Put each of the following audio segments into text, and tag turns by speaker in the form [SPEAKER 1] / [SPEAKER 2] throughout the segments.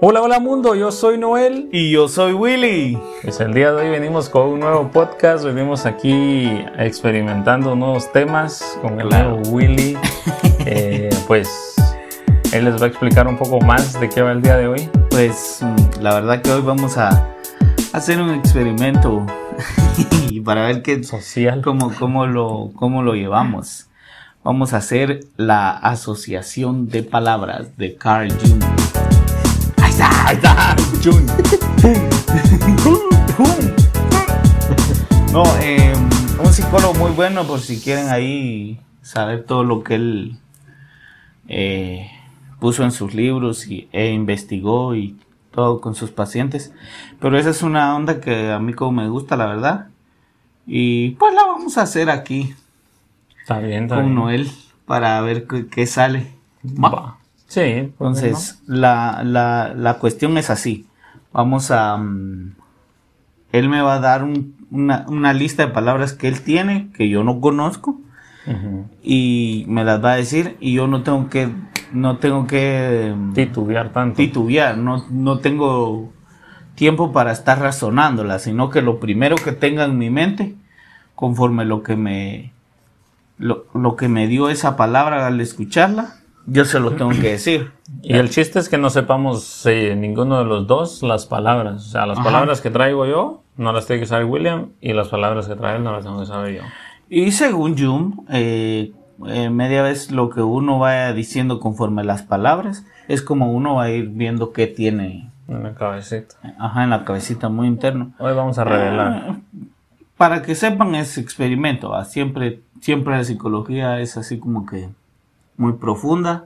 [SPEAKER 1] Hola, hola mundo, yo soy Noel.
[SPEAKER 2] Y yo soy Willy.
[SPEAKER 1] Pues el día de hoy venimos con un nuevo podcast, venimos aquí experimentando nuevos temas con el nuevo Willy. Eh, pues él les va a explicar un poco más de qué va el día de hoy.
[SPEAKER 2] Pues mm, la verdad que hoy vamos a hacer un experimento y para ver qué,
[SPEAKER 1] Social.
[SPEAKER 2] cómo, cómo, lo, cómo lo llevamos. Vamos a hacer la asociación de palabras de Carl Jung. Ahí está, ahí está, Jung. No, eh, un psicólogo muy bueno por si quieren ahí saber todo lo que él eh, puso en sus libros y, e investigó y todo con sus pacientes. Pero esa es una onda que a mí como me gusta, la verdad. Y pues la vamos a hacer aquí
[SPEAKER 1] Está bien, está
[SPEAKER 2] con
[SPEAKER 1] bien.
[SPEAKER 2] Noel para ver qué, qué sale.
[SPEAKER 1] Va. Sí, ¿por qué
[SPEAKER 2] Entonces, la, la, la cuestión es así. Vamos a... mm, él me va a dar un- una, una lista de palabras que él tiene, que yo no conozco,
[SPEAKER 1] no? Ujú.
[SPEAKER 2] y me las va a decir, y yo no tengo que... No tengo que... mm,
[SPEAKER 1] Titubear tanto.
[SPEAKER 2] titubear, no, no tengo tiempo para estar razonándola, sino que lo primero que tenga en mi mente, conforme lo que me lo, lo que me dio esa palabra al escucharla, yo se lo tengo que decir.
[SPEAKER 1] Y el chiste es que no sepamos eh, ninguno de los dos las palabras. O sea, las
[SPEAKER 2] Ajá.
[SPEAKER 1] palabras que traigo yo no las tiene que saber William y las palabras que trae él no las tengo que saber yo.
[SPEAKER 2] Y según Jung, eh, eh, media vez lo que uno vaya diciendo conforme las palabras, es como uno va a ir viendo qué tiene
[SPEAKER 1] En la cabecita.
[SPEAKER 2] ajá, en la cabecita muy interno.
[SPEAKER 1] Hoy vamos a revelar.
[SPEAKER 2] Ah. para que sepan ese experimento, ¿va? siempre siempre la psicología es así como que muy profunda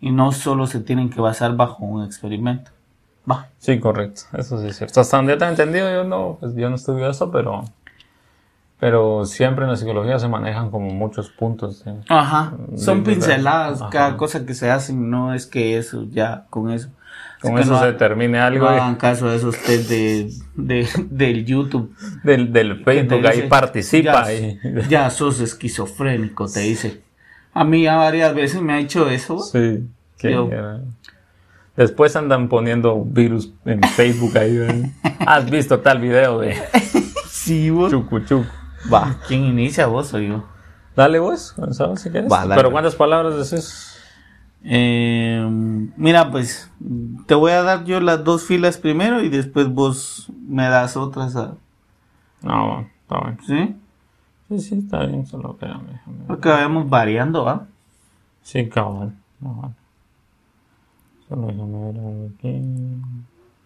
[SPEAKER 2] y no solo se tienen que basar bajo un experimento. Va.
[SPEAKER 1] Sí, correcto. Eso sí es cierto. Hasta donde yo tengo entendido, yo no, pues, yo no estudio eso, pero, pero siempre en la psicología se manejan como muchos puntos. de-
[SPEAKER 2] Ajá. Son
[SPEAKER 1] De- de-
[SPEAKER 2] pinceladas,
[SPEAKER 1] ajá.
[SPEAKER 2] cada cosa que se hace, no es que eso ya con eso.
[SPEAKER 1] Con
[SPEAKER 2] Así que
[SPEAKER 1] eso
[SPEAKER 2] no
[SPEAKER 1] se
[SPEAKER 2] ha-
[SPEAKER 1] determine
[SPEAKER 2] no
[SPEAKER 1] algo y-
[SPEAKER 2] hagan caso a esos test de, de- del YouTube.
[SPEAKER 1] del, del
[SPEAKER 2] que te
[SPEAKER 1] Facebook, ahí
[SPEAKER 2] dice,
[SPEAKER 1] participa.
[SPEAKER 2] Ya,
[SPEAKER 1] y-
[SPEAKER 2] ya sos esquizofrénico, te dice. A mí ya varias veces me ha hecho eso.
[SPEAKER 1] Sí. que
[SPEAKER 2] Yo-
[SPEAKER 1] era- Después andan poniendo virus en Facebook ahí. ¿verdad? Has visto tal video de
[SPEAKER 2] Sí, vos.
[SPEAKER 1] chucu chucu.
[SPEAKER 2] Va, ¿quién inicia vos o yo?
[SPEAKER 1] Dale vos, Gonzalo, si quieres.
[SPEAKER 2] Va, dale.
[SPEAKER 1] Pero ¿cuántas palabras decís?
[SPEAKER 2] Eh, mira, pues te voy a dar yo las dos filas primero y después vos me das otras, ah,
[SPEAKER 1] No, está bien.
[SPEAKER 2] ¿sí?
[SPEAKER 1] Sí, sí, está bien, solo espérame. déjame ver.
[SPEAKER 2] Porque vamos variando, ¿va?
[SPEAKER 1] Sí, cabrón. Ajá. Solo déjame ver algo aquí.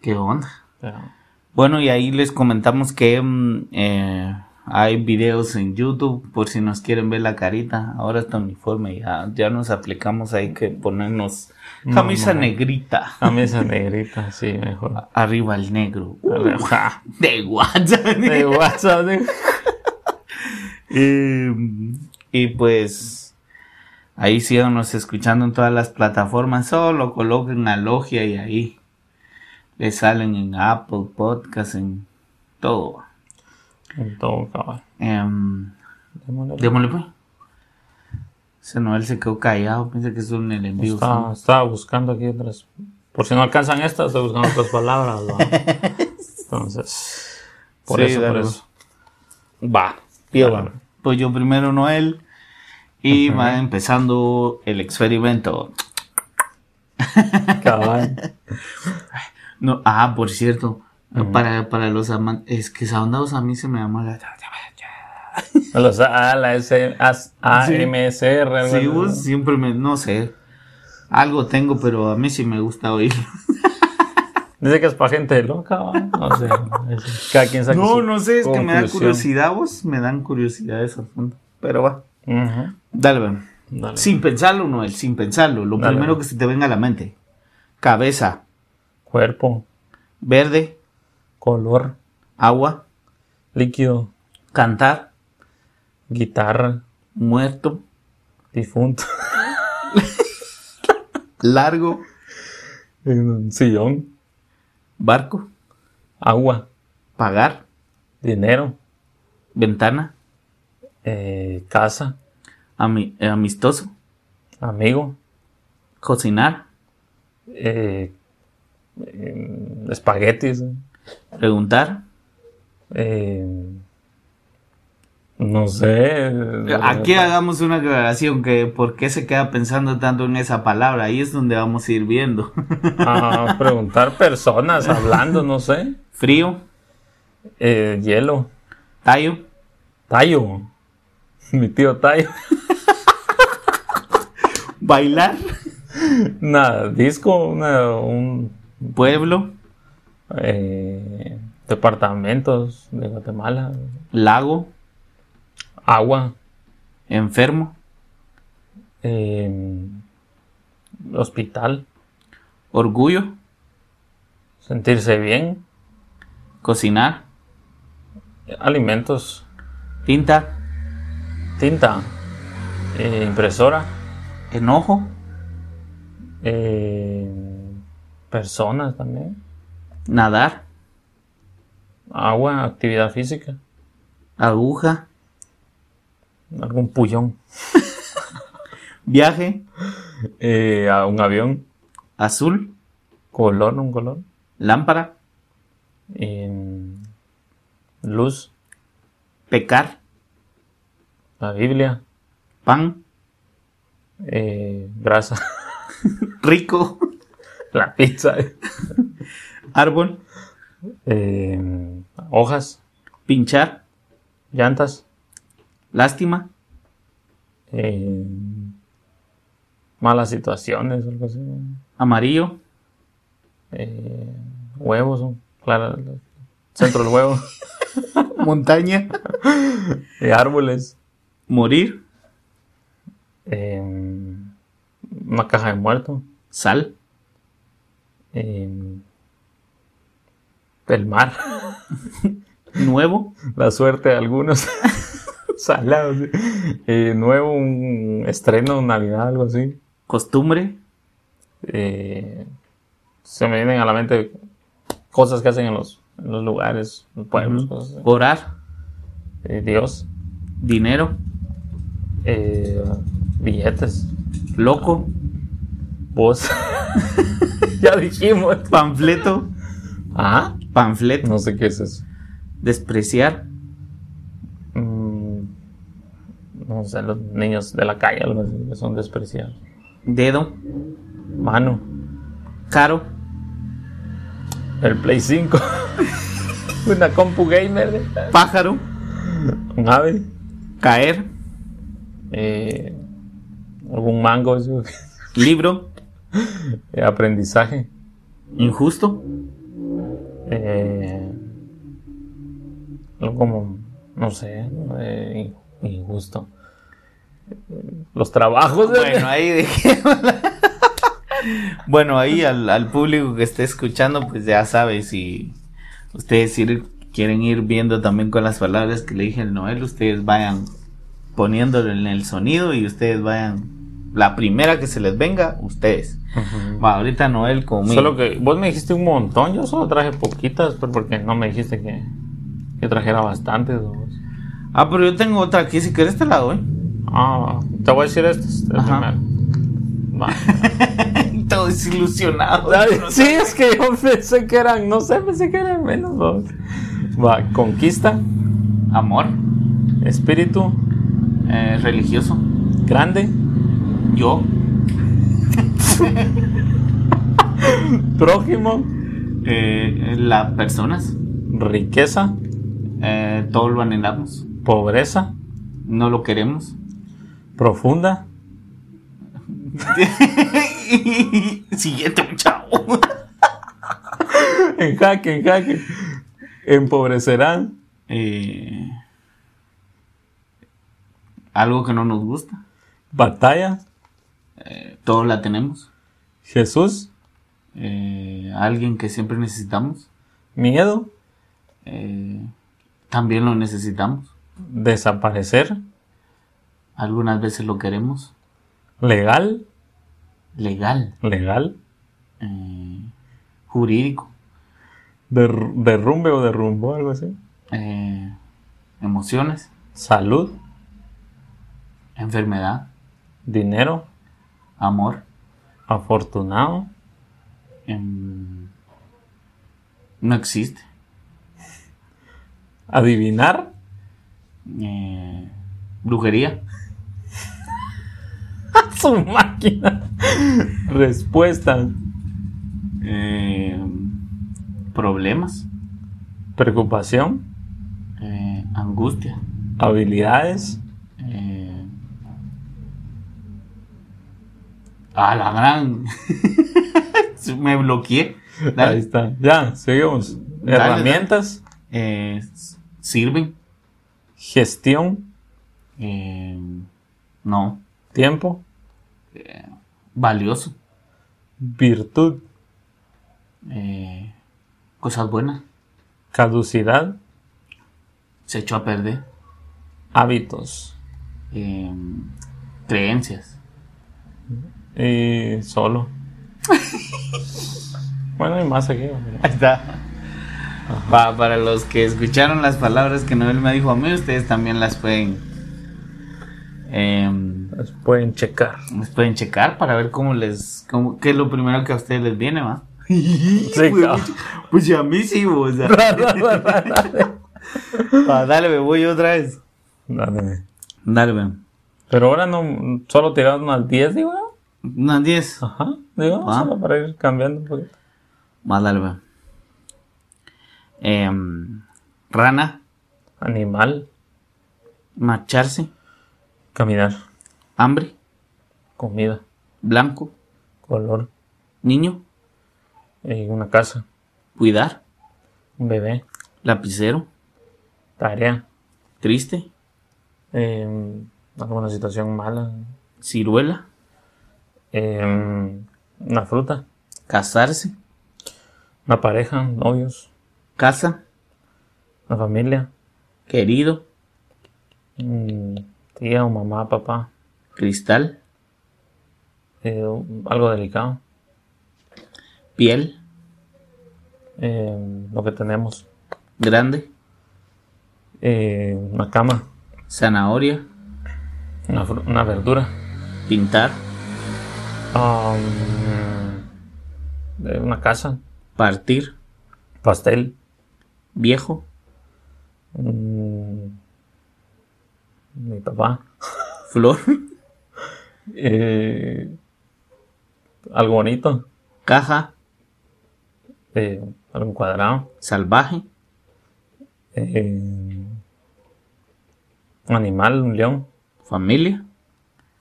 [SPEAKER 2] ¿Qué onda?
[SPEAKER 1] Espera.
[SPEAKER 2] Bueno, y ahí les comentamos que mm, eh, hay videos en YouTube por si nos quieren ver la carita. Ahora está uniforme, ya, ya nos aplicamos ahí que ponernos camisa
[SPEAKER 1] no.
[SPEAKER 2] negrita.
[SPEAKER 1] A mí esa negrita, sí, mejor.
[SPEAKER 2] Arriba el negro.
[SPEAKER 1] Ajá.
[SPEAKER 2] Uh. De WhatsApp.
[SPEAKER 1] De WhatsApp. de-
[SPEAKER 2] Eh, y pues ahí síganos escuchando en todas las plataformas. Solo coloquen la logia y ahí le salen en Apple Podcast, en todo.
[SPEAKER 1] En todo, cabrón.
[SPEAKER 2] Em,
[SPEAKER 1] Démosle.
[SPEAKER 2] démosle pues. Ese Noel se quedó callado, piensa que es un enemigo.
[SPEAKER 1] Estaba, estaba buscando aquí otras. Por si no alcanzan estas, estoy buscando otras palabras. ¿no? Entonces, por
[SPEAKER 2] Sí,
[SPEAKER 1] eso, por
[SPEAKER 2] dale,
[SPEAKER 1] eso. Va.
[SPEAKER 2] Bueno, Pues yo primero Noel y va empezando el experimento. pues.
[SPEAKER 1] Cabal.
[SPEAKER 2] No, ah, por cierto, para, para los amantes, es que esa onda o sea, a mí se me llama la...
[SPEAKER 1] Los A, A, la S, AS, A,
[SPEAKER 2] Sí.
[SPEAKER 1] M, S, R, algo
[SPEAKER 2] Sí,
[SPEAKER 1] así.
[SPEAKER 2] vos siempre me, no sé. Algo tengo, pero a mí sí me gusta oír.
[SPEAKER 1] Dice que es para gente loca, ¿va? No sé. es- Cada quien saca
[SPEAKER 2] No,
[SPEAKER 1] su
[SPEAKER 2] no sé, es que me da
[SPEAKER 1] conclusión.
[SPEAKER 2] curiosidad, vos. Me dan curiosidad esas onda. Pero va.
[SPEAKER 1] Ujú.
[SPEAKER 2] Dale, ven.
[SPEAKER 1] Dale.
[SPEAKER 2] Sin pensarlo, Noel, sin pensarlo. Lo
[SPEAKER 1] Dale,
[SPEAKER 2] primero
[SPEAKER 1] ven.
[SPEAKER 2] que se te venga a la mente. Cabeza,
[SPEAKER 1] Cuerpo,
[SPEAKER 2] verde,
[SPEAKER 1] color,
[SPEAKER 2] agua,
[SPEAKER 1] líquido,
[SPEAKER 2] cantar,
[SPEAKER 1] guitarra,
[SPEAKER 2] muerto,
[SPEAKER 1] difunto,
[SPEAKER 2] largo,
[SPEAKER 1] un sillón,
[SPEAKER 2] barco,
[SPEAKER 1] agua,
[SPEAKER 2] pagar,
[SPEAKER 1] dinero,
[SPEAKER 2] ventana,
[SPEAKER 1] eh, casa,
[SPEAKER 2] ami- eh, amistoso,
[SPEAKER 1] amigo.
[SPEAKER 2] cocinar,
[SPEAKER 1] Eh, eh, espaguetis.
[SPEAKER 2] Preguntar.
[SPEAKER 1] eh, no sé. eh,
[SPEAKER 2] Aquí hagamos una aclaración que por qué se queda pensando tanto en esa palabra. Ahí es donde vamos a ir viendo.
[SPEAKER 1] Ah, preguntar personas hablando, no sé.
[SPEAKER 2] Frío,
[SPEAKER 1] Eh, hielo.
[SPEAKER 2] tallo,
[SPEAKER 1] Tayo. Mi tío Tayo.
[SPEAKER 2] bailar,
[SPEAKER 1] Nada, disco, una- un
[SPEAKER 2] pueblo,
[SPEAKER 1] eh, departamentos de Guatemala.
[SPEAKER 2] lago,
[SPEAKER 1] Agua.
[SPEAKER 2] enfermo,
[SPEAKER 1] eh, hospital.
[SPEAKER 2] orgullo,
[SPEAKER 1] Sentirse bien.
[SPEAKER 2] cocinar,
[SPEAKER 1] Alimentos.
[SPEAKER 2] tinta,
[SPEAKER 1] Tinta. eh, impresora.
[SPEAKER 2] enojo,
[SPEAKER 1] eh, personas también.
[SPEAKER 2] nadar,
[SPEAKER 1] Agua, actividad física.
[SPEAKER 2] aguja,
[SPEAKER 1] Algún pullón.
[SPEAKER 2] viaje,
[SPEAKER 1] Eh, a un avión.
[SPEAKER 2] azul,
[SPEAKER 1] Color, un color.
[SPEAKER 2] lámpara,
[SPEAKER 1] em, luz,
[SPEAKER 2] pecar,
[SPEAKER 1] la Biblia,
[SPEAKER 2] pan,
[SPEAKER 1] eh, grasa,
[SPEAKER 2] rico,
[SPEAKER 1] la pizza,
[SPEAKER 2] árbol,
[SPEAKER 1] em, hojas,
[SPEAKER 2] pinchar,
[SPEAKER 1] llantas,
[SPEAKER 2] lástima,
[SPEAKER 1] em, malas situaciones, algo así. ¿no?
[SPEAKER 2] amarillo,
[SPEAKER 1] Eh, huevos, ¿no? claro, centro del huevo,
[SPEAKER 2] montaña,
[SPEAKER 1] eh, árboles,
[SPEAKER 2] morir,
[SPEAKER 1] em, una caja de muerto,
[SPEAKER 2] sal,
[SPEAKER 1] em, el mar,
[SPEAKER 2] nuevo,
[SPEAKER 1] la suerte de algunos. Salados. sí. Eh, nuevo, un estreno, Navidad, algo así.
[SPEAKER 2] costumbre,
[SPEAKER 1] Eh, se me vienen a la mente cosas que hacen en los, en los lugares, los pueblos, cosas así.
[SPEAKER 2] orar,
[SPEAKER 1] Eh, Dios,
[SPEAKER 2] dinero,
[SPEAKER 1] eh, billetes,
[SPEAKER 2] loco,
[SPEAKER 1] voz. ya dijimos.
[SPEAKER 2] panfleto,
[SPEAKER 1] Ah,
[SPEAKER 2] panfleto,
[SPEAKER 1] no sé qué es eso.
[SPEAKER 2] despreciar,
[SPEAKER 1] Mm, no sé, los niños de la calle, algo así, que son despreciados.
[SPEAKER 2] dedo,
[SPEAKER 1] Mano,
[SPEAKER 2] caro,
[SPEAKER 1] el Play 5. Una compu gamer.
[SPEAKER 2] pájaro,
[SPEAKER 1] Un ave.
[SPEAKER 2] caer,
[SPEAKER 1] eh, algún mango. eso.
[SPEAKER 2] libro,
[SPEAKER 1] Eh, aprendizaje.
[SPEAKER 2] injusto,
[SPEAKER 1] eh, algo como, no sé, eh, injusto. Los trabajos.
[SPEAKER 2] Pues, Bueno, ahí dejémosla. bueno, ahí al, al público que esté escuchando, pues ya sabe si ustedes ir- quieren ir viendo también con las palabras que le dije al Noel, ustedes vayan poniéndolo en el sonido y ustedes vayan la primera que se les venga, ustedes.
[SPEAKER 1] Ujú.
[SPEAKER 2] Va, ahorita Noel conmigo.
[SPEAKER 1] Solo que vos me dijiste un montón, yo solo traje poquitas, pero porque no me dijiste que, que trajera bastantes. vos.
[SPEAKER 2] Ah, pero yo tengo otra aquí, si quieres te la doy.
[SPEAKER 1] Ah, te voy a decir esto.
[SPEAKER 2] Ajá. Todo desilusionado.
[SPEAKER 1] Sí, es que yo pensé que eran, no sé, pensé que eran menos. vos. Va, conquista,
[SPEAKER 2] Amor,
[SPEAKER 1] espíritu,
[SPEAKER 2] eh, religioso,
[SPEAKER 1] grande,
[SPEAKER 2] yo,
[SPEAKER 1] prójimo,
[SPEAKER 2] eh, las personas,
[SPEAKER 1] riqueza,
[SPEAKER 2] eh, todo lo anhelamos.
[SPEAKER 1] pobreza,
[SPEAKER 2] No lo queremos.
[SPEAKER 1] profunda,
[SPEAKER 2] Siguiente, chavo.
[SPEAKER 1] en jaque, en jaque, empobrecerán,
[SPEAKER 2] Eh, algo que no nos gusta.
[SPEAKER 1] batalla,
[SPEAKER 2] Eh, todos la tenemos.
[SPEAKER 1] Jesús,
[SPEAKER 2] Eh, alguien que siempre necesitamos.
[SPEAKER 1] miedo,
[SPEAKER 2] Eh, también lo necesitamos.
[SPEAKER 1] desaparecer,
[SPEAKER 2] Algunas veces lo queremos.
[SPEAKER 1] legal,
[SPEAKER 2] Legal.
[SPEAKER 1] legal,
[SPEAKER 2] Eh, jurídico.
[SPEAKER 1] der- derrumbe o derrumbo, algo así,
[SPEAKER 2] Eh, emociones.
[SPEAKER 1] salud,
[SPEAKER 2] Enfermedad.
[SPEAKER 1] dinero,
[SPEAKER 2] Amor.
[SPEAKER 1] afortunado,
[SPEAKER 2] em, No existe.
[SPEAKER 1] ¿Adivinar?
[SPEAKER 2] Eh, brujería.
[SPEAKER 1] Su máquina. Respuesta.
[SPEAKER 2] Eh, problemas.
[SPEAKER 1] Preocupación.
[SPEAKER 2] Eh, angustia.
[SPEAKER 1] Habilidades.
[SPEAKER 2] Eh, a la gran. Me bloqueé.
[SPEAKER 1] Ahí
[SPEAKER 2] Dale.
[SPEAKER 1] está. Ya, seguimos.
[SPEAKER 2] Dale,
[SPEAKER 1] Herramientas.
[SPEAKER 2] Eh, s- ¿Sirven?
[SPEAKER 1] Gestión.
[SPEAKER 2] Eh, no.
[SPEAKER 1] Tiempo.
[SPEAKER 2] Valioso.
[SPEAKER 1] Virtud.
[SPEAKER 2] Eh, cosas buenas.
[SPEAKER 1] Caducidad.
[SPEAKER 2] Se echó a perder.
[SPEAKER 1] Hábitos.
[SPEAKER 2] Eh, creencias.
[SPEAKER 1] Y solo. bueno, hay más aquí. hombre.
[SPEAKER 2] Ahí está. Pa- para los que escucharon las palabras que Noel me dijo a mí, ustedes también las pueden. em,
[SPEAKER 1] Las pueden checar.
[SPEAKER 2] las pueden checar para ver cómo les. Cómo, qué es lo primero que a ustedes les viene, ¿va?
[SPEAKER 1] Sí, cabrón.
[SPEAKER 2] pues a mí sí, o sea. Ah, dale, me voy otra vez.
[SPEAKER 1] Dale.
[SPEAKER 2] Dale, ve.
[SPEAKER 1] Pero ahora no, solo tiraron al 10, digo. ¿no?
[SPEAKER 2] Una 10.
[SPEAKER 1] Ajá, digo,
[SPEAKER 2] Ah.
[SPEAKER 1] solo para ir cambiando un poquito.
[SPEAKER 2] Más dale, ve. Em, rana,
[SPEAKER 1] Animal,
[SPEAKER 2] marcharse,
[SPEAKER 1] caminar,
[SPEAKER 2] hambre,
[SPEAKER 1] comida,
[SPEAKER 2] blanco,
[SPEAKER 1] color,
[SPEAKER 2] niño,
[SPEAKER 1] eh, una casa,
[SPEAKER 2] cuidar,
[SPEAKER 1] un bebé,
[SPEAKER 2] lapicero,
[SPEAKER 1] tarea,
[SPEAKER 2] triste,
[SPEAKER 1] eh, alguna situación mala,
[SPEAKER 2] ciruela,
[SPEAKER 1] eh, una fruta,
[SPEAKER 2] casarse,
[SPEAKER 1] una pareja, novios,
[SPEAKER 2] casa,
[SPEAKER 1] una familia,
[SPEAKER 2] querido,
[SPEAKER 1] mm, tía o mamá, papá,
[SPEAKER 2] cristal,
[SPEAKER 1] eh, un- algo delicado,
[SPEAKER 2] piel,
[SPEAKER 1] eh, lo que tenemos,
[SPEAKER 2] grande,
[SPEAKER 1] eh, una cama,
[SPEAKER 2] zanahoria,
[SPEAKER 1] una, fru- una verdura.
[SPEAKER 2] pintar,
[SPEAKER 1] Um, eh, una casa,
[SPEAKER 2] partir,
[SPEAKER 1] pastel,
[SPEAKER 2] viejo,
[SPEAKER 1] mm, mi papá,
[SPEAKER 2] flor,
[SPEAKER 1] eh, algo bonito,
[SPEAKER 2] caja,
[SPEAKER 1] eh, algo cuadrado,
[SPEAKER 2] salvaje,
[SPEAKER 1] eh, un animal, un león,
[SPEAKER 2] familia.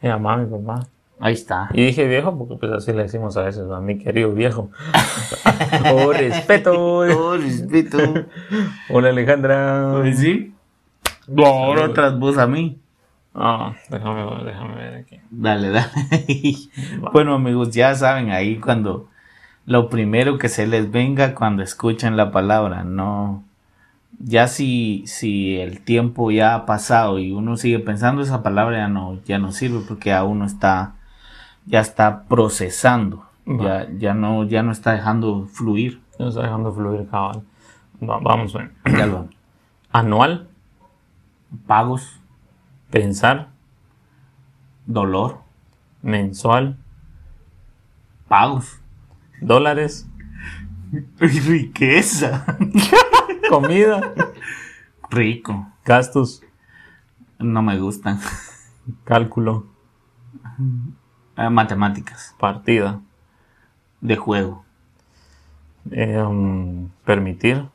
[SPEAKER 1] mi mamá, mi papá.
[SPEAKER 2] Ahí está.
[SPEAKER 1] Y dije viejo porque pues así le decimos a veces a mi querido viejo. oh, respeto.
[SPEAKER 2] Oh, respeto.
[SPEAKER 1] Hola Alejandra.
[SPEAKER 2] Pues sí. Ahora otras voz a mí.
[SPEAKER 1] Ah, déjame, ver, déjame ver aquí.
[SPEAKER 2] Dale, dale. bueno, amigos, ya saben ahí cuando lo primero que se les venga cuando escuchan la palabra, no. Ya si, si el tiempo ya ha pasado y uno sigue pensando esa palabra ya no, ya no sirve porque a uno está, ya está procesando,
[SPEAKER 1] Va.
[SPEAKER 2] ya, ya no, ya no está dejando fluir.
[SPEAKER 1] No está dejando fluir, cabal. Va- vamos, bueno.
[SPEAKER 2] Ya lo-
[SPEAKER 1] Anual,
[SPEAKER 2] Pagos,
[SPEAKER 1] pensar,
[SPEAKER 2] dolor,
[SPEAKER 1] mensual,
[SPEAKER 2] pagos.
[SPEAKER 1] dólares,
[SPEAKER 2] Riqueza.
[SPEAKER 1] comida,
[SPEAKER 2] Rico.
[SPEAKER 1] gastos,
[SPEAKER 2] No me gustan.
[SPEAKER 1] cálculo,
[SPEAKER 2] Eh, Matemáticas.
[SPEAKER 1] partida,
[SPEAKER 2] De juego.
[SPEAKER 1] eh, mm, permitir,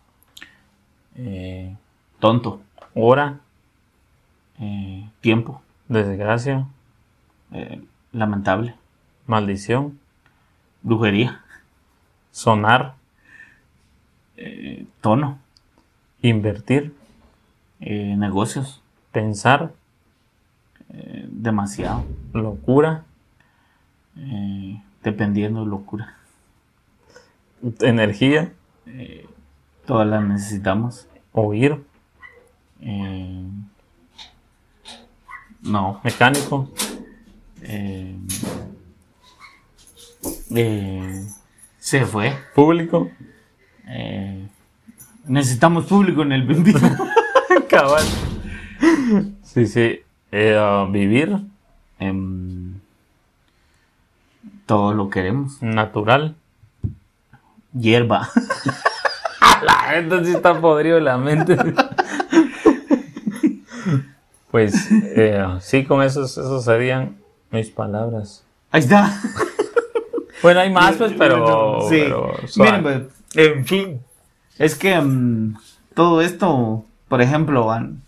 [SPEAKER 2] Eh, tonto,
[SPEAKER 1] hora,
[SPEAKER 2] eh, tiempo,
[SPEAKER 1] desgracia,
[SPEAKER 2] eh, lamentable,
[SPEAKER 1] maldición,
[SPEAKER 2] brujería,
[SPEAKER 1] sonar,
[SPEAKER 2] eh, tono,
[SPEAKER 1] invertir,
[SPEAKER 2] eh, negocios,
[SPEAKER 1] pensar,
[SPEAKER 2] eh, demasiado,
[SPEAKER 1] locura,
[SPEAKER 2] eh, dependiendo, locura.
[SPEAKER 1] energía,
[SPEAKER 2] Todas las necesitamos.
[SPEAKER 1] oír,
[SPEAKER 2] eh, no.
[SPEAKER 1] mecánico,
[SPEAKER 2] eh, eh, se fue.
[SPEAKER 1] público,
[SPEAKER 2] eh, necesitamos público en el bendito.
[SPEAKER 1] cabal. Sí, sí, eh, ah, vivir,
[SPEAKER 2] Em, todo lo queremos.
[SPEAKER 1] natural,
[SPEAKER 2] Hierba.
[SPEAKER 1] La gente Ah, sí está podrido de la mente. Pues eh, sí, con esos, esos serían mis palabras.
[SPEAKER 2] Ahí está.
[SPEAKER 1] Bueno, hay más, pues, pero.
[SPEAKER 2] Sí.
[SPEAKER 1] pero suave.
[SPEAKER 2] Miren, pues,
[SPEAKER 1] en fin.
[SPEAKER 2] Es que mm, todo esto, por ejemplo, an-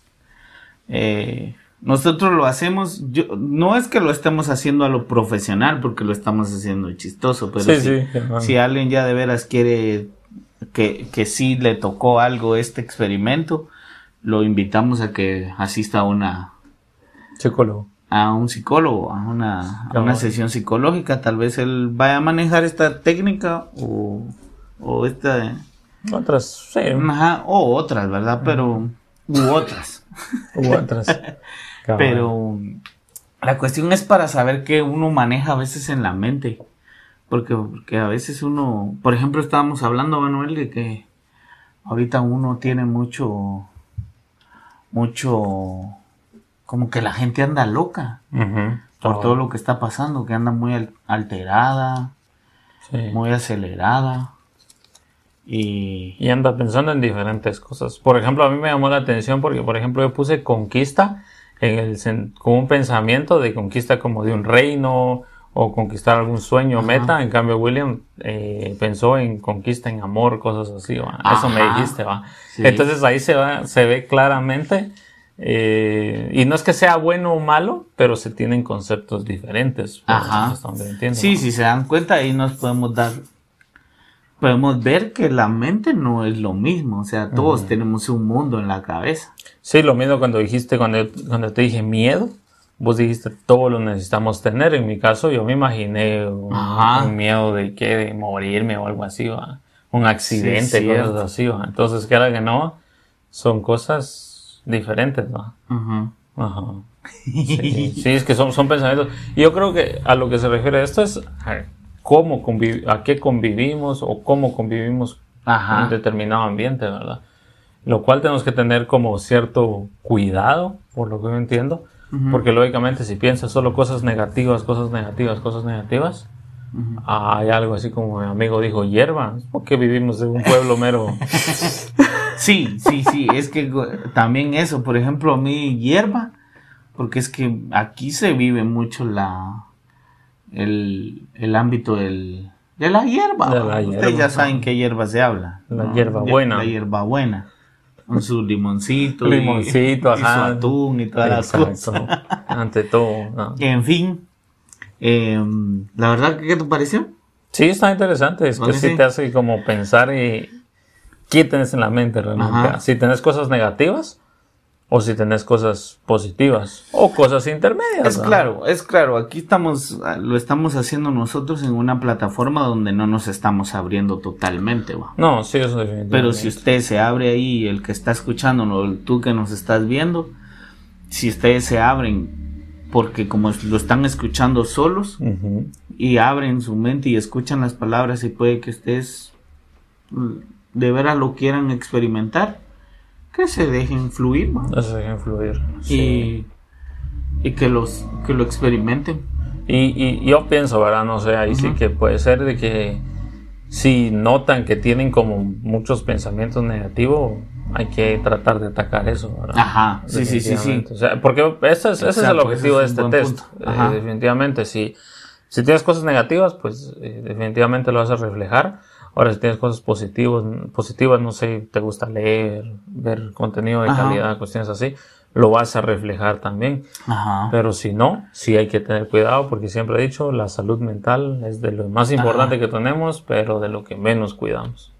[SPEAKER 2] eh, nosotros lo hacemos, yo, no es que lo estemos haciendo a lo profesional, porque lo estamos haciendo chistoso, pero
[SPEAKER 1] Sí,
[SPEAKER 2] si,
[SPEAKER 1] sí. ajá.
[SPEAKER 2] si alguien ya de veras quiere que, que sí le tocó algo este experimento, lo invitamos a que asista a una ah.
[SPEAKER 1] Psicólogo.
[SPEAKER 2] a un psicólogo, a una, a una
[SPEAKER 1] Claro.
[SPEAKER 2] sesión psicológica, tal vez él vaya a manejar esta técnica o, o esta
[SPEAKER 1] Otras, sí.
[SPEAKER 2] Ajá, o otras, ¿verdad? Pero. U otras.
[SPEAKER 1] U otras. Cabal.
[SPEAKER 2] Pero. La cuestión es para saber qué uno maneja a veces en la mente. Porque, porque a veces uno. Por ejemplo, estábamos hablando, Manuel, de que ahorita uno tiene mucho. Mucho. Como que la gente anda loca
[SPEAKER 1] Ujú.
[SPEAKER 2] por
[SPEAKER 1] Ah,
[SPEAKER 2] todo lo que está pasando, que anda muy al- alterada,
[SPEAKER 1] sí.
[SPEAKER 2] muy acelerada. Y.
[SPEAKER 1] Y anda pensando en diferentes cosas. Por ejemplo, a mí me llamó la atención porque, por ejemplo, yo puse conquista en el, sen- con un pensamiento de conquista como de un reino o conquistar algún sueño,
[SPEAKER 2] Ajá.
[SPEAKER 1] meta. En cambio, William eh, pensó en conquista en amor, cosas así. ¿va? Eso me
[SPEAKER 2] Ajá.
[SPEAKER 1] dijiste, va.
[SPEAKER 2] Sí.
[SPEAKER 1] Entonces ahí se, va, se ve claramente. eh, y no es que sea bueno o malo, pero se tienen conceptos diferentes. por
[SPEAKER 2] Ajá.
[SPEAKER 1] hasta donde entiendo,
[SPEAKER 2] Sí,
[SPEAKER 1] ¿va?
[SPEAKER 2] si se dan cuenta, ahí nos podemos dar. Podemos ver que la mente no es lo mismo. O sea, todos tenemos un mundo en la cabeza.
[SPEAKER 1] Sí, lo mismo cuando dijiste, cuando, cuando te dije miedo, vos dijiste todo lo necesitamos tener. En mi caso, yo me imaginé un,
[SPEAKER 2] Ajá.
[SPEAKER 1] un miedo de que de morirme o algo así, ¿va? un accidente,
[SPEAKER 2] Sí, cierto.
[SPEAKER 1] cosas así. ¿va? Entonces, que ahora que no, son cosas diferentes. ¿va? Ajá. Sí, sí, es que son, son pensamientos. Y yo creo que a lo que se refiere esto es a cómo conviv- a qué convivimos o cómo convivimos en
[SPEAKER 2] Ajá.
[SPEAKER 1] determinado ambiente, ¿verdad? Lo cual tenemos que tener como cierto cuidado, por lo que yo entiendo, porque lógicamente si piensas solo cosas negativas, cosas negativas, cosas negativas, hay algo así como mi amigo dijo, hierba, es porque vivimos en un pueblo mero.
[SPEAKER 2] Sí, sí, sí. Es que gu- también eso, por ejemplo, a mí hierba, porque es que aquí se vive mucho la el, el ámbito del, de la hierba.
[SPEAKER 1] De la
[SPEAKER 2] Ustedes
[SPEAKER 1] hierba.
[SPEAKER 2] ya saben qué hierba se habla.
[SPEAKER 1] La hierbabuena.
[SPEAKER 2] La hierbabuena. Con su limoncito, y-
[SPEAKER 1] Limoncito,
[SPEAKER 2] y,
[SPEAKER 1] ajá.
[SPEAKER 2] su atún y todas las
[SPEAKER 1] Exacto.
[SPEAKER 2] cosas.
[SPEAKER 1] Ante todo. ¿no?
[SPEAKER 2] En fin, eh, la verdad, ¿qué te pareció?
[SPEAKER 1] Sí, está interesante. Es que
[SPEAKER 2] Bueno,
[SPEAKER 1] sí,
[SPEAKER 2] sí.
[SPEAKER 1] te hace como pensar y qué tenés en la mente realmente.
[SPEAKER 2] Ajá.
[SPEAKER 1] Si tenés cosas negativas o si tenés cosas positivas o cosas intermedias.
[SPEAKER 2] Es
[SPEAKER 1] ¿no?
[SPEAKER 2] claro, es claro, aquí estamos, ah, lo estamos haciendo nosotros en una plataforma donde no nos estamos abriendo totalmente, va.
[SPEAKER 1] No, sí, eso definitivamente.
[SPEAKER 2] Pero si usted se abre ahí, el que está escuchando, o tú que nos estás viendo, si ustedes se abren, porque como es- lo están escuchando solos,
[SPEAKER 1] Ujú.
[SPEAKER 2] y abren su mente y escuchan las palabras y puede que ustedes mm, de veras lo quieran experimentar, que se dejen fluir, va.
[SPEAKER 1] Eso deja influir. sí.
[SPEAKER 2] y, y que los que lo experimenten.
[SPEAKER 1] Y, y yo pienso, ¿verdad? No sé, ahí sí
[SPEAKER 2] Ujú.
[SPEAKER 1] que puede ser de que si notan que tienen como muchos pensamientos negativos, hay que tratar de atacar eso, ¿verdad?
[SPEAKER 2] Ajá, sí, sí, sí, sí.
[SPEAKER 1] Definitivamente. O sea, porque ese es, ese es el
[SPEAKER 2] Exacto,
[SPEAKER 1] objetivo
[SPEAKER 2] ese es
[SPEAKER 1] de
[SPEAKER 2] un
[SPEAKER 1] este
[SPEAKER 2] buen
[SPEAKER 1] test.
[SPEAKER 2] punto.
[SPEAKER 1] Eh,
[SPEAKER 2] Ajá.
[SPEAKER 1] definitivamente, si, si tienes cosas negativas, pues eh, definitivamente lo vas a reflejar. Ahora, si tienes cosas positivas, positivas, no sé, te gusta leer, ver contenido de
[SPEAKER 2] Ajá.
[SPEAKER 1] calidad, cuestiones así, lo vas a reflejar también.
[SPEAKER 2] Ajá.
[SPEAKER 1] Pero si no, sí hay que tener cuidado porque siempre he dicho, la salud mental es de lo más importante que tenemos, pero de lo que menos cuidamos.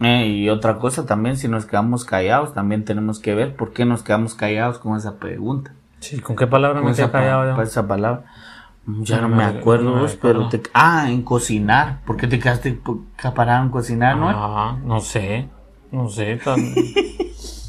[SPEAKER 2] Eh, y otra cosa también, si nos quedamos callados, también tenemos que ver por qué nos quedamos callados con esa pregunta.
[SPEAKER 1] Sí, ¿con qué palabra
[SPEAKER 2] Con
[SPEAKER 1] me quedé
[SPEAKER 2] esa, pa-
[SPEAKER 1] callado yo?
[SPEAKER 2] con esa palabra. Ya
[SPEAKER 1] No
[SPEAKER 2] no
[SPEAKER 1] me
[SPEAKER 2] me
[SPEAKER 1] ac-
[SPEAKER 2] acuerdo,
[SPEAKER 1] no me
[SPEAKER 2] vos, pero
[SPEAKER 1] acuerdo.
[SPEAKER 2] te... Ah, en cocinar. ¿Por qué te quedaste po- caparado en cocinar, no?
[SPEAKER 1] Ah, no sé, no sé. tan-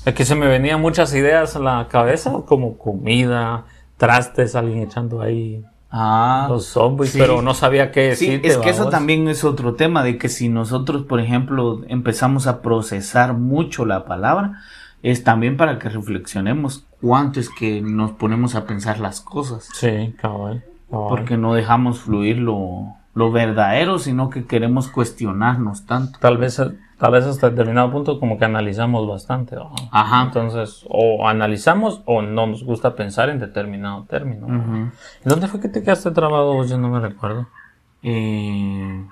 [SPEAKER 1] es que se me venían muchas ideas a la cabeza, como comida, trastes, alguien echando ahí
[SPEAKER 2] Ah,
[SPEAKER 1] los zombies,
[SPEAKER 2] sí.
[SPEAKER 1] pero no sabía qué
[SPEAKER 2] Sí,
[SPEAKER 1] decir.
[SPEAKER 2] es que eso también es otro tema, de que si nosotros, por ejemplo, empezamos a procesar mucho la palabra, es también para que reflexionemos cuánto es que nos ponemos a pensar las cosas,
[SPEAKER 1] Sí, cabal. cabal.
[SPEAKER 2] porque no dejamos fluir lo, lo verdadero, sino que queremos cuestionarnos tanto.
[SPEAKER 1] Tal vez, tal vez hasta determinado punto como que analizamos bastante. ¿no?
[SPEAKER 2] Ajá.
[SPEAKER 1] Entonces, o analizamos o no nos gusta pensar en determinado término.
[SPEAKER 2] Ujú.
[SPEAKER 1] ¿Y ¿Dónde fue que te quedaste trabado vos? Yo no me recuerdo.
[SPEAKER 2] Eh,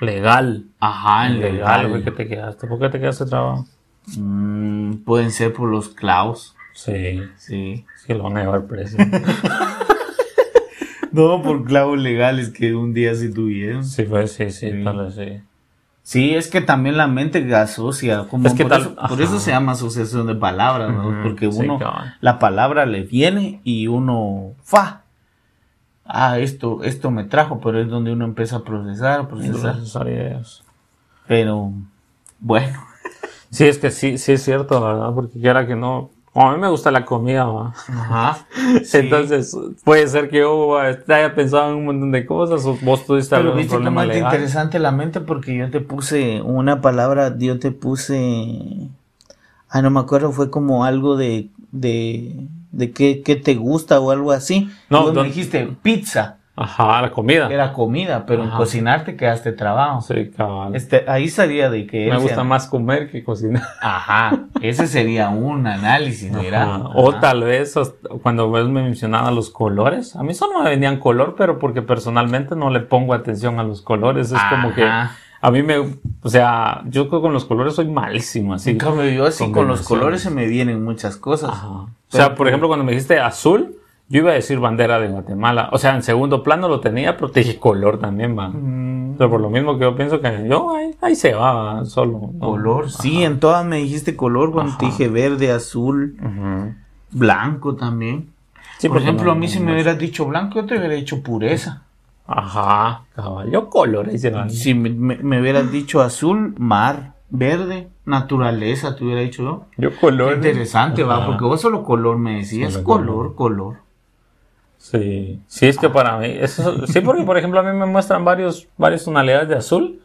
[SPEAKER 1] Legal.
[SPEAKER 2] ajá, el Ah, legal.
[SPEAKER 1] fue que te quedaste. ¿Por qué te quedaste trabado?
[SPEAKER 2] Mm, pueden ser por los clavos.
[SPEAKER 1] Sí.
[SPEAKER 2] Sí.
[SPEAKER 1] Es que lo van a llevar preso.
[SPEAKER 2] No, por clavos legales que un día sí tuvieron.
[SPEAKER 1] sí, pues sí, sí,
[SPEAKER 2] Sí.
[SPEAKER 1] tal vez sí.
[SPEAKER 2] Sí, es que también la mente que asocia. Como
[SPEAKER 1] Es que
[SPEAKER 2] por,
[SPEAKER 1] tal-
[SPEAKER 2] eso, por eso
[SPEAKER 1] ajá.
[SPEAKER 2] se llama asociación de palabras, ¿no?
[SPEAKER 1] Ujú,
[SPEAKER 2] Porque
[SPEAKER 1] sí,
[SPEAKER 2] uno,
[SPEAKER 1] cabal.
[SPEAKER 2] la palabra le viene y uno, ¡fa! Ah, esto, esto me trajo, pero es donde uno empieza a procesar, procesar.
[SPEAKER 1] Entonces, usar ideas.
[SPEAKER 2] Pero, bueno.
[SPEAKER 1] Sí, es que sí, sí es cierto, la verdad, porque quiera que no. Como a mí me gusta la comida, ¿va?
[SPEAKER 2] Ajá.
[SPEAKER 1] Entonces, puede ser que yo eh, haya pensado en un montón de cosas o vos tuviste
[SPEAKER 2] Pero
[SPEAKER 1] algún
[SPEAKER 2] viste cómo
[SPEAKER 1] problema
[SPEAKER 2] es de
[SPEAKER 1] legal.
[SPEAKER 2] interesante la mente porque yo te puse una palabra, yo te puse, ah, no me acuerdo, fue como algo de, de, de qué, qué te gusta o algo así.
[SPEAKER 1] No,
[SPEAKER 2] No, me
[SPEAKER 1] don-
[SPEAKER 2] dijiste pizza,
[SPEAKER 1] Ajá, la comida.
[SPEAKER 2] era comida, pero en
[SPEAKER 1] Ajá.
[SPEAKER 2] cocinar te quedaste trabajo.
[SPEAKER 1] Sí, cabal.
[SPEAKER 2] Este, ahí sería de que...
[SPEAKER 1] me
[SPEAKER 2] él
[SPEAKER 1] gusta
[SPEAKER 2] sea-
[SPEAKER 1] más comer que cocinar.
[SPEAKER 2] Ajá, ese sería un análisis, mira.
[SPEAKER 1] Ajá. Ah, O
[SPEAKER 2] Ajá.
[SPEAKER 1] tal vez hasta- cuando vos me mencionaba los colores, a mí solo me venían color, pero porque personalmente no le pongo atención a los colores. Es como que
[SPEAKER 2] Ajá.
[SPEAKER 1] a mí me, o sea, yo con los colores soy malísimo, así.
[SPEAKER 2] En cambio, yo así con los
[SPEAKER 1] Combinaciones.
[SPEAKER 2] colores se me vienen muchas cosas.
[SPEAKER 1] Ajá. O sea, por ejemplo, cuando me dijiste azul, yo iba a decir bandera de Guatemala. O sea, en segundo plano lo tenía, pero te dije color también, va.
[SPEAKER 2] Mm,
[SPEAKER 1] Pero por lo mismo que yo pienso que yo ahí, ahí se va, va, solo. ¿no?
[SPEAKER 2] Color, sí, en todas me dijiste color cuando te dije verde, azul,
[SPEAKER 1] Ujú.
[SPEAKER 2] blanco también.
[SPEAKER 1] Sí,
[SPEAKER 2] Por
[SPEAKER 1] porque
[SPEAKER 2] ejemplo,
[SPEAKER 1] no-
[SPEAKER 2] a mí si me hubieras dicho blanco, yo te hubiera dicho pureza.
[SPEAKER 1] Ajá, caballo, color, ahí se va.
[SPEAKER 2] Si me, me- me hubieras dicho azul, mar, verde, naturaleza, te hubiera dicho yo.
[SPEAKER 1] Yo
[SPEAKER 2] Qué
[SPEAKER 1] color.
[SPEAKER 2] interesante, va,
[SPEAKER 1] Ajá.
[SPEAKER 2] porque vos solo color me decías,
[SPEAKER 1] Solo
[SPEAKER 2] color, color.
[SPEAKER 1] Sí, sí, es que para mí, eso, sí, porque por ejemplo a mí me muestran varios, varias tonalidades de azul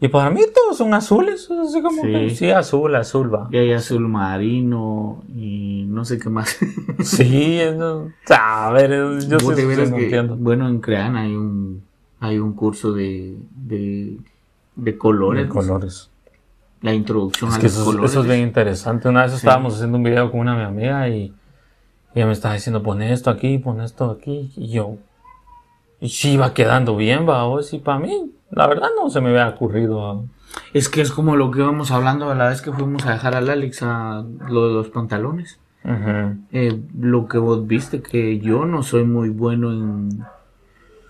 [SPEAKER 1] y para mí todos son azules, es así como
[SPEAKER 2] Sí.
[SPEAKER 1] que sí, azul, azul, va.
[SPEAKER 2] Y hay azul marino y no sé qué más.
[SPEAKER 1] Sí, eso- a ver, es- yo
[SPEAKER 2] Vos
[SPEAKER 1] sí,
[SPEAKER 2] de veras
[SPEAKER 1] sí, no
[SPEAKER 2] que-
[SPEAKER 1] entiendo.
[SPEAKER 2] Bueno, en Crean hay un, hay un curso de, de, de colores.
[SPEAKER 1] De colores.
[SPEAKER 2] La introducción
[SPEAKER 1] Es
[SPEAKER 2] a
[SPEAKER 1] que
[SPEAKER 2] los
[SPEAKER 1] eso, es-
[SPEAKER 2] colores.
[SPEAKER 1] eso es bien interesante. Una vez estábamos haciendo un video con una mi amiga y y ella me estaba diciendo, pon esto aquí, pon esto aquí. Y yo, y sí, va quedando bien, va, vos. Y para mí, la verdad no se me había ocurrido. va.
[SPEAKER 2] Es que es como lo que íbamos hablando a la vez que fuimos a dejar al Alex a lo de los pantalones.
[SPEAKER 1] Ujú.
[SPEAKER 2] Eh, lo que vos viste, que yo no soy muy bueno en,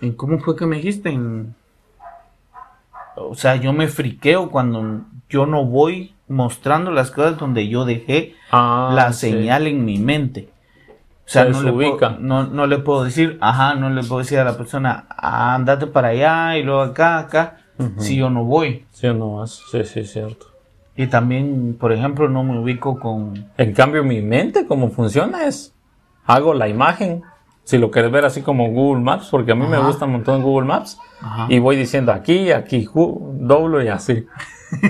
[SPEAKER 2] en... ¿Cómo fue que me dijiste? En, o sea, yo me friqueo cuando yo no voy mostrando las cosas donde yo dejé
[SPEAKER 1] Ah,
[SPEAKER 2] la
[SPEAKER 1] sí.
[SPEAKER 2] señal en mi mente. O sea,
[SPEAKER 1] Se
[SPEAKER 2] no le,
[SPEAKER 1] desubica.
[SPEAKER 2] puedo, no, no le puedo decir, ajá, no le puedo decir a la persona, "Ah, andate para allá y luego acá, acá, si yo no voy.
[SPEAKER 1] Sí, no más. Sí, sí, es cierto.
[SPEAKER 2] Y también, por ejemplo, no me ubico con...
[SPEAKER 1] En cambio, mi mente, como funciona es, hago la imagen. Si lo quieres ver así como Google Maps, porque a mí me
[SPEAKER 2] Ajá.
[SPEAKER 1] gusta un montón Google Maps,
[SPEAKER 2] Ajá.
[SPEAKER 1] y voy diciendo aquí, aquí, ju- doblo y así.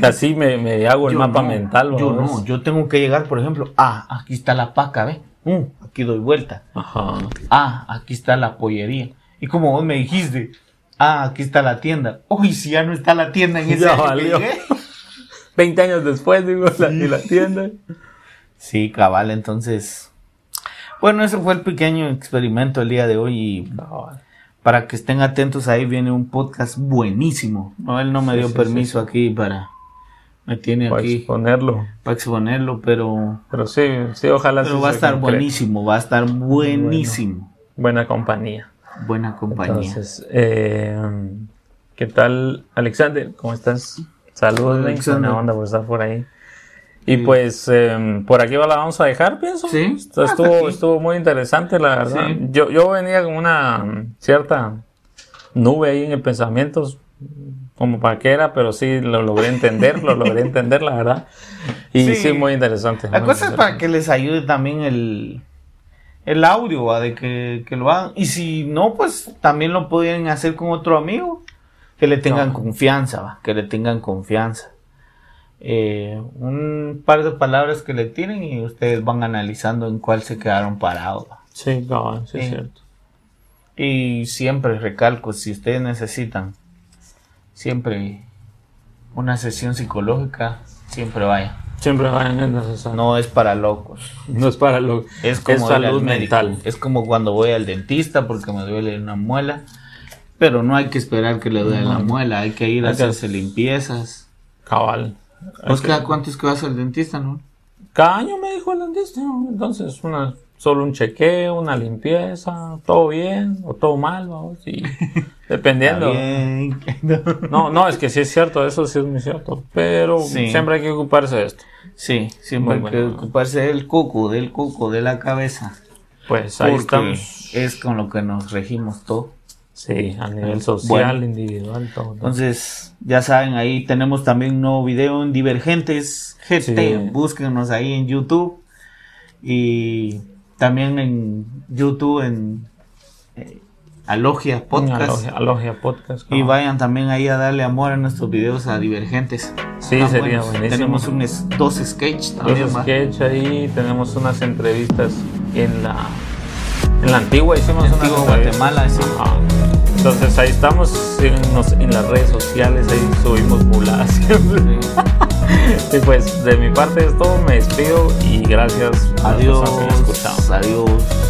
[SPEAKER 1] Así me, me hago el
[SPEAKER 2] Yo
[SPEAKER 1] mapa
[SPEAKER 2] no,
[SPEAKER 1] mental.
[SPEAKER 2] Yo
[SPEAKER 1] ¿verdad?
[SPEAKER 2] no, yo tengo que llegar, por ejemplo, ah, aquí está la paca, ve, Mm, aquí doy vuelta,
[SPEAKER 1] Ajá.
[SPEAKER 2] ah, aquí está la pollería. Y como vos me dijiste, ah, aquí está la tienda. Uy, si ya no está la tienda en ese
[SPEAKER 1] Ya
[SPEAKER 2] año que
[SPEAKER 1] valió.
[SPEAKER 2] llegué.
[SPEAKER 1] 20 años después, digo, la, y la tienda.
[SPEAKER 2] Sí, cabal, entonces. Bueno, ese fue el pequeño experimento el día de hoy y
[SPEAKER 1] Cabal.
[SPEAKER 2] para que estén atentos ahí viene un podcast buenísimo. No, él no me
[SPEAKER 1] Sí,
[SPEAKER 2] dio
[SPEAKER 1] sí,
[SPEAKER 2] permiso aquí para me tiene
[SPEAKER 1] Para
[SPEAKER 2] aquí
[SPEAKER 1] exponerlo.
[SPEAKER 2] para exponerlo, pero
[SPEAKER 1] Pero sí, sí, ojalá
[SPEAKER 2] pero
[SPEAKER 1] sí
[SPEAKER 2] va a
[SPEAKER 1] se
[SPEAKER 2] estar
[SPEAKER 1] concrete.
[SPEAKER 2] buenísimo, va a estar buenísimo.
[SPEAKER 1] Buena compañía.
[SPEAKER 2] Buena compañía.
[SPEAKER 1] Entonces, eh, ¿qué tal, Alexander? ¿Cómo estás? Saludos,
[SPEAKER 2] Alexander.
[SPEAKER 1] Buena onda por estar por ahí. Y pues, eh, por aquí la vamos a dejar, pienso.
[SPEAKER 2] Sí,
[SPEAKER 1] Esto
[SPEAKER 2] hasta
[SPEAKER 1] Estuvo,
[SPEAKER 2] aquí.
[SPEAKER 1] estuvo muy interesante, la verdad.
[SPEAKER 2] Sí.
[SPEAKER 1] Yo, yo venía con una mm, cierta nube ahí en el pensamiento, como para qué era, pero sí lo logré entender, lo logré entender, la verdad. Y
[SPEAKER 2] Sí.
[SPEAKER 1] sí, muy interesante.
[SPEAKER 2] La
[SPEAKER 1] muy
[SPEAKER 2] cosa es para
[SPEAKER 1] interesante.
[SPEAKER 2] que les ayude también el, el audio, ¿va? de que, que lo hagan. Y si no, pues también lo pueden hacer con otro amigo. Que le tengan
[SPEAKER 1] Ajá.
[SPEAKER 2] confianza, ¿va? que le tengan confianza. Eh, un par de palabras que le tiren y ustedes van analizando en cuál se quedaron parados. ¿va?
[SPEAKER 1] Sí, cabal, sí, es
[SPEAKER 2] Sí.
[SPEAKER 1] cierto.
[SPEAKER 2] Y siempre recalco, si ustedes necesitan siempre una sesión psicológica, siempre vaya.
[SPEAKER 1] Siempre vayan en necesario.
[SPEAKER 2] No es para locos.
[SPEAKER 1] No es para lo
[SPEAKER 2] Es como ir al
[SPEAKER 1] salud
[SPEAKER 2] médico.
[SPEAKER 1] mental.
[SPEAKER 2] Es como cuando voy al dentista porque me duele una muela. Pero no hay que esperar que le duele la muela, hay que ir a
[SPEAKER 1] Hay que-
[SPEAKER 2] hacerse limpiezas.
[SPEAKER 1] Cabal.
[SPEAKER 2] ¿Vos
[SPEAKER 1] Ok.
[SPEAKER 2] cada cuánto es que vas al dentista, no?
[SPEAKER 1] Cada año me dijo el dentista. ¿no? Entonces, una, solo un chequeo, una limpieza, todo bien o todo mal, vamos. Y dependiendo.
[SPEAKER 2] Bien.
[SPEAKER 1] No, no, es que sí es cierto, eso sí es muy cierto. Pero
[SPEAKER 2] Sí.
[SPEAKER 1] siempre hay que ocuparse de esto.
[SPEAKER 2] Sí, siempre
[SPEAKER 1] Muy
[SPEAKER 2] hay que
[SPEAKER 1] bueno.
[SPEAKER 2] ocuparse del cuco, del cuco, de la cabeza.
[SPEAKER 1] Pues ahí
[SPEAKER 2] Porque
[SPEAKER 1] estamos.
[SPEAKER 2] es con lo que nos regimos todo.
[SPEAKER 1] Sí, a nivel social, individual, todo. ¿no?
[SPEAKER 2] Entonces, ya saben, ahí tenemos también un nuevo video en Divergentes GT.
[SPEAKER 1] Sí.
[SPEAKER 2] Búsquenos ahí en YouTube. Y también en YouTube, en eh, Alogia Podcast.
[SPEAKER 1] Alogia, Alogia Podcast.
[SPEAKER 2] Y
[SPEAKER 1] cabal.
[SPEAKER 2] vayan también ahí a darle amor a nuestros videos a Divergentes.
[SPEAKER 1] Sí,
[SPEAKER 2] Están
[SPEAKER 1] sería
[SPEAKER 2] buenos.
[SPEAKER 1] buenísimo.
[SPEAKER 2] Tenemos un es- dos sketches
[SPEAKER 1] Los
[SPEAKER 2] también. más.
[SPEAKER 1] sketch ahí, tenemos unas entrevistas en la, en la antigua, hicimos una
[SPEAKER 2] Antigua Guatemala, sí.
[SPEAKER 1] Entonces ahí estamos, síguenos en las redes sociales, ahí subimos muladas siempre. Y pues de mi parte es todo, me despido y gracias a las personas que me escucharon.
[SPEAKER 2] Adiós. Adiós.